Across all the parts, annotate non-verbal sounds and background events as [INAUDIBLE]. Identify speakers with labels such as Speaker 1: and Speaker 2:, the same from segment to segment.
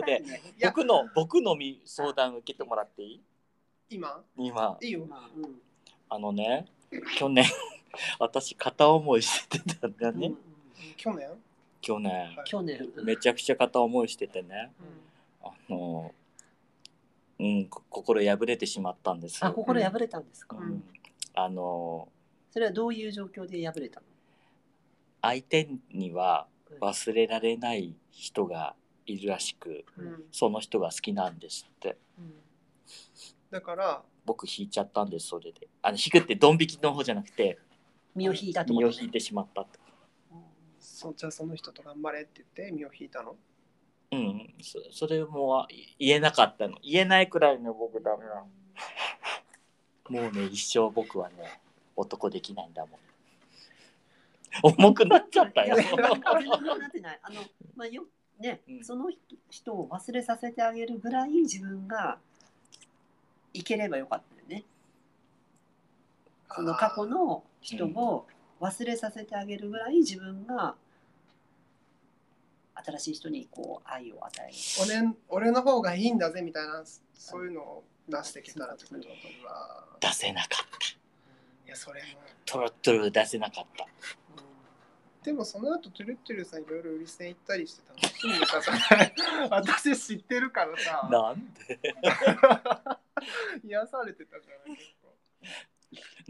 Speaker 1: とで
Speaker 2: いや
Speaker 1: 僕の僕のみ相談受けてもらっていい
Speaker 2: 今
Speaker 1: 今
Speaker 2: いいよ。
Speaker 3: まあうん
Speaker 1: あのね去年 [LAUGHS] 私片思いしてたんだよね、
Speaker 3: うん
Speaker 2: 去年
Speaker 1: 去年
Speaker 2: はい
Speaker 3: 去年
Speaker 1: めちゃくちゃ片思いしててねあのうんこ心破れてしまったんです
Speaker 3: あ心破れたんですか、
Speaker 1: うんあの
Speaker 3: それはどういう状況で破れたの
Speaker 1: 相手には忘れられない人がいるらしく
Speaker 2: うん
Speaker 1: その人が好きなんですって
Speaker 2: だから
Speaker 1: 僕引いちゃったんですそれであの引くってドン引きの方じゃなくて
Speaker 3: 身を引いたってこ
Speaker 1: 身
Speaker 3: と
Speaker 1: を引いてしまったって
Speaker 2: そじゃあその人と頑張れって言って身を引いたの。
Speaker 1: うんそそれも言えなかったの言えないくらいの僕ダメなのもうね一生僕はね男できないんだもん重くなっちゃ
Speaker 3: [LAUGHS]
Speaker 1: ったよ
Speaker 3: いや全然なってないあのまあよね、
Speaker 1: うん
Speaker 3: その人を忘れさせてあげるぐらい自分がいければよかったよねその過去の人を忘れさせてあげるぐらい自分が新しい人にこう愛を与える
Speaker 2: 俺俺の方がいいんだぜみたいなそういうのを出してきたらってことだと思うわ
Speaker 1: 出せなかった
Speaker 2: いやそれも
Speaker 1: トロトロ出せなかった
Speaker 2: でもその後トゥルットゥルさんいろいろ売り線行ったりして楽しんでた
Speaker 1: [LAUGHS]
Speaker 2: から私知ってるからさ
Speaker 1: なんで
Speaker 2: 癒されてたじゃない結構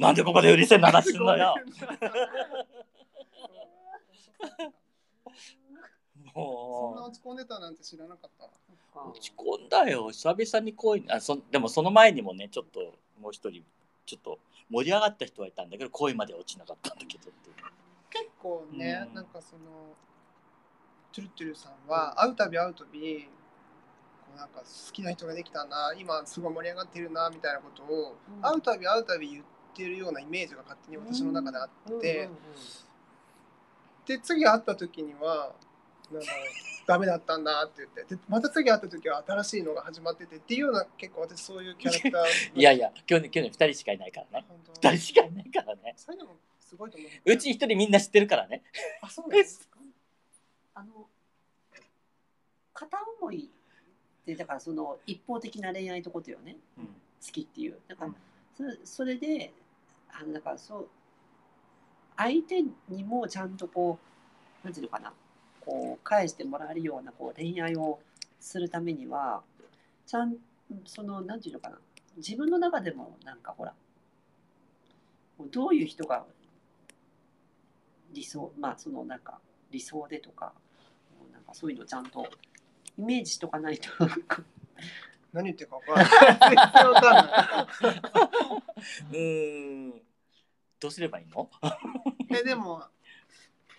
Speaker 1: なんでここで売り線流してんのよ [LAUGHS]
Speaker 2: そんな
Speaker 1: もう
Speaker 2: 落ち込んでたなんて知らなかったわ。
Speaker 1: 落ち込んだよ久々に恋にあそでもその前にもねちょっともう一人ちょっと盛り上がった人はいたんだけど恋までは落ちなかったんだけどっていう
Speaker 2: 結構ね、
Speaker 1: うん
Speaker 2: なんかそのトゥルトゥルさんは会うたび会うたびこうなんか好きな人ができたな今すごい盛り上がってるなみたいなことを、
Speaker 3: うん
Speaker 2: 会うたび会うたび言ってるようなイメージが勝手に私の中であって、
Speaker 3: で
Speaker 2: で次会った時にはなんかダメだったんだって言ってでまた次会った時は新しいのが始まっててっていうような結構私そういうキャラクター
Speaker 1: [LAUGHS] いやいや去年去年2人しかいないからね
Speaker 2: 本当
Speaker 1: 2人しかいないからね
Speaker 2: そういうのもすごいと思う
Speaker 1: うち1人みんな知ってるからね
Speaker 2: あそうなんです
Speaker 3: あの片思いってだからその一方的な恋愛ってことよね好きっていうなんか、
Speaker 2: うん
Speaker 3: そそれであのだからそう相手にもちゃんとこうなんていうのかなこう返してもらえるようなこう恋愛をするためにはちゃんそのなんていうのかな自分の中でもなんかほらこうどういう人が理想まあそのなんか理想でとかなんかそういうのちゃんとイメージしとかないと [LAUGHS]
Speaker 2: 何言ってるか分
Speaker 1: [LAUGHS]
Speaker 2: からない全然分かんない
Speaker 1: うんうんどうすればいいの
Speaker 2: [LAUGHS] えでも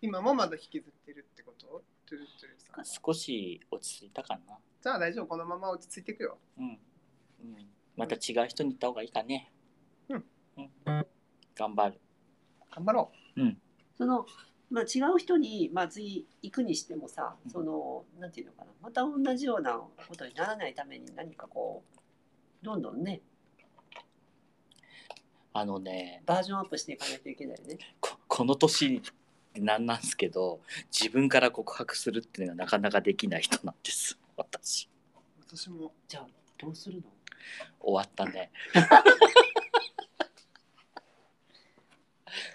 Speaker 2: 今もまだ引きずってるってことトゥルトゥルさんは
Speaker 1: 少し落ち着いたかな
Speaker 2: じゃあ大丈夫このまま落ち着いていくよ
Speaker 1: うん、うん、また違う人に行った方がいいかね
Speaker 2: うん、
Speaker 1: うん、頑張る
Speaker 2: 頑張ろ
Speaker 3: その、まあ、違う人に、まあ、次行くにしてもさ
Speaker 1: うん
Speaker 3: そのなんていうのかなまた同じようなことにならないために何かこうどんどんね
Speaker 1: あのね
Speaker 3: バージョンアップしていかないといけないよね。
Speaker 1: ここの年なんなんですけど自分から告白するっていうのがなかなかできない人なんです私
Speaker 2: う私も
Speaker 3: じゃあどうするの
Speaker 1: 終わった [LAUGHS] ね終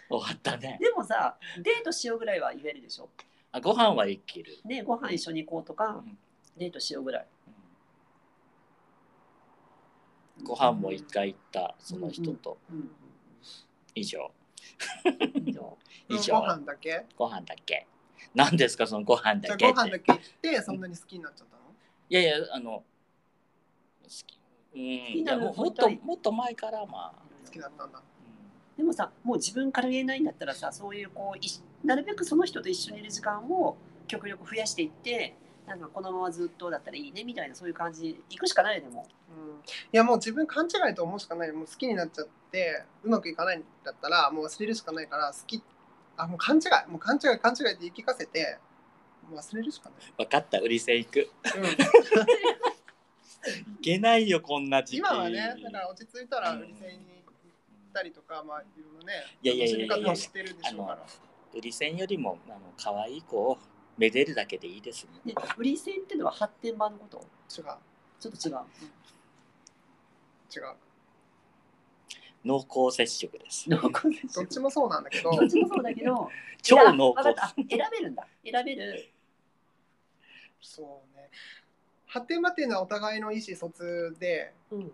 Speaker 1: わったね
Speaker 3: でもさデートしようぐらいは言えるでしょ。
Speaker 1: あご飯は生きる、
Speaker 3: ねご飯一緒に行こうと
Speaker 1: う
Speaker 3: か
Speaker 1: ん
Speaker 3: デートしようぐらい。
Speaker 1: うんご飯も一回行ったその人と、
Speaker 3: うん、
Speaker 1: 以上
Speaker 3: 以上
Speaker 1: 以
Speaker 2: ご
Speaker 1: 上
Speaker 2: 飯だけ
Speaker 1: ご飯だけ何ですかそのご飯
Speaker 2: じゃ
Speaker 1: だ
Speaker 2: あ
Speaker 1: け
Speaker 2: ご
Speaker 1: って
Speaker 2: 飯だけ行ってそんなに好きになっちゃったの
Speaker 1: いやいやあの好きうんい
Speaker 3: な
Speaker 1: や
Speaker 3: の
Speaker 1: もうも
Speaker 3: 本
Speaker 1: っ
Speaker 3: 当
Speaker 1: と
Speaker 3: に
Speaker 1: もっと前からまあ、
Speaker 2: 好きだったんだ
Speaker 3: でもさもう自分から言えないんだったらさそういうこういしなるべくその人と一緒にいる時間を極力増やしていってなんかこのままずっとだったらいいねみたいなそういう感じで行くしかないよでも
Speaker 2: うんいやもう自分勘違いと思うしかないもう好きになっちゃってうまくいかないんだったらもう忘れるしかないから好きあもう勘違いもう勘違い勘違いって言い聞かせてもう忘れるしかな
Speaker 1: 分かった売り線行くい
Speaker 2: い、うん、
Speaker 1: けないよこんな時期
Speaker 2: 今はねだから落ち着いたら売り線に行ったりとかまあいろいろね
Speaker 1: いやいやいやいや
Speaker 2: 楽しみ方を知ってるでしょうから
Speaker 1: 売り線よりもあの可愛い子をめでるだけでいいですね。
Speaker 3: で売り線っていうのは発展版のこと
Speaker 2: 違う
Speaker 3: ちょっと違う
Speaker 2: 違う
Speaker 1: 濃厚接触です。
Speaker 3: 濃厚接
Speaker 2: どっ
Speaker 3: 触
Speaker 2: ちもそうなんだ
Speaker 3: [LAUGHS]
Speaker 2: けど
Speaker 3: どっちもそうだけど
Speaker 1: 超
Speaker 3: いや
Speaker 1: 濃
Speaker 3: わかっ
Speaker 1: 厚。
Speaker 3: た選べるんだ選べる
Speaker 2: そうね発展場っていうのはお互いの意思疎通で
Speaker 3: うんうん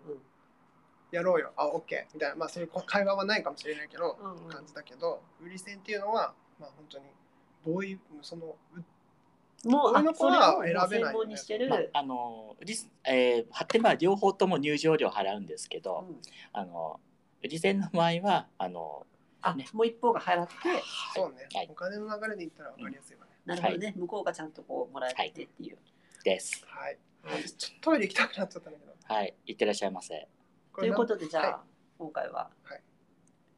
Speaker 2: やろうよあオッケーみたいなまあそういう会話はないかもしれないけど、
Speaker 3: うんうん
Speaker 2: 感じだけど売り線っていうのはまあ本当にボーイその
Speaker 3: もう
Speaker 2: 俺の子は選べないよね
Speaker 3: あそれを専門にしてる、
Speaker 1: まあ、あのリス、えー、発展場は両方とも入場料払うんですけど、
Speaker 3: うん
Speaker 1: あの売り線の場合はあの
Speaker 3: あ
Speaker 1: ね
Speaker 3: もう一方が払って
Speaker 2: そうね、
Speaker 1: はい
Speaker 2: お金の流れで言ったら分かりやすいわね、
Speaker 3: なるほどね、向こうがちゃんとこうもらえてっていう、
Speaker 1: です。
Speaker 2: はいちょっとトイレ行きたくなっちゃったんだけど
Speaker 1: はい、いってらっしゃいませ。
Speaker 2: こと
Speaker 3: いうこ
Speaker 2: れ
Speaker 3: とでじゃあ、
Speaker 2: は
Speaker 3: 今回は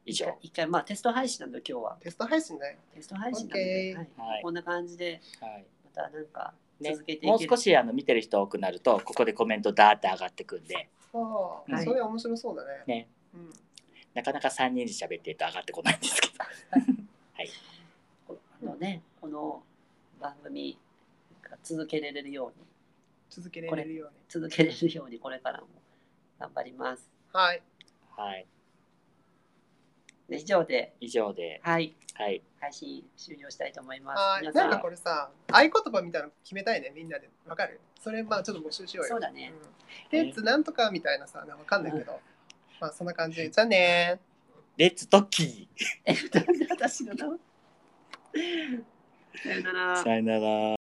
Speaker 1: 以上。
Speaker 3: 一回まあテスト配信なんで今日は
Speaker 2: テスト配信ね
Speaker 3: テスト配信なんで、
Speaker 2: OK
Speaker 3: はい
Speaker 1: はい
Speaker 3: こんな感じで
Speaker 1: はい。
Speaker 3: またなんか
Speaker 1: ね
Speaker 3: 続けてい、ける、
Speaker 1: もう少しあの見てる人多くなるとここでコメントダーって上がってくんで
Speaker 2: ああ、
Speaker 1: はい
Speaker 2: それ面白そうだね
Speaker 1: ね
Speaker 2: うん、
Speaker 1: なかなか3人で喋ってると上がってこないんですけど
Speaker 3: このねこの番組が続けられるように
Speaker 2: 続けられるように
Speaker 3: 続けられるようにこれからも頑張ります。
Speaker 2: はい
Speaker 1: はい
Speaker 3: で以上で
Speaker 1: 以上で
Speaker 3: はい
Speaker 1: はい
Speaker 3: 配信終了したいと思います。
Speaker 2: はい
Speaker 3: 皆
Speaker 2: な
Speaker 3: さ
Speaker 2: ん
Speaker 3: ん
Speaker 2: かこれさ合言葉みたいなの決めたいねみんなでわかるそれまあちょっと募集しようよ
Speaker 3: そうだね。
Speaker 2: うんレッツなんとかみたいなさわかんないけど、まあそんな感じでじゃあねー
Speaker 1: レッツトッキ
Speaker 3: [LAUGHS] えなんで私の名前さよなら
Speaker 1: ーさよなら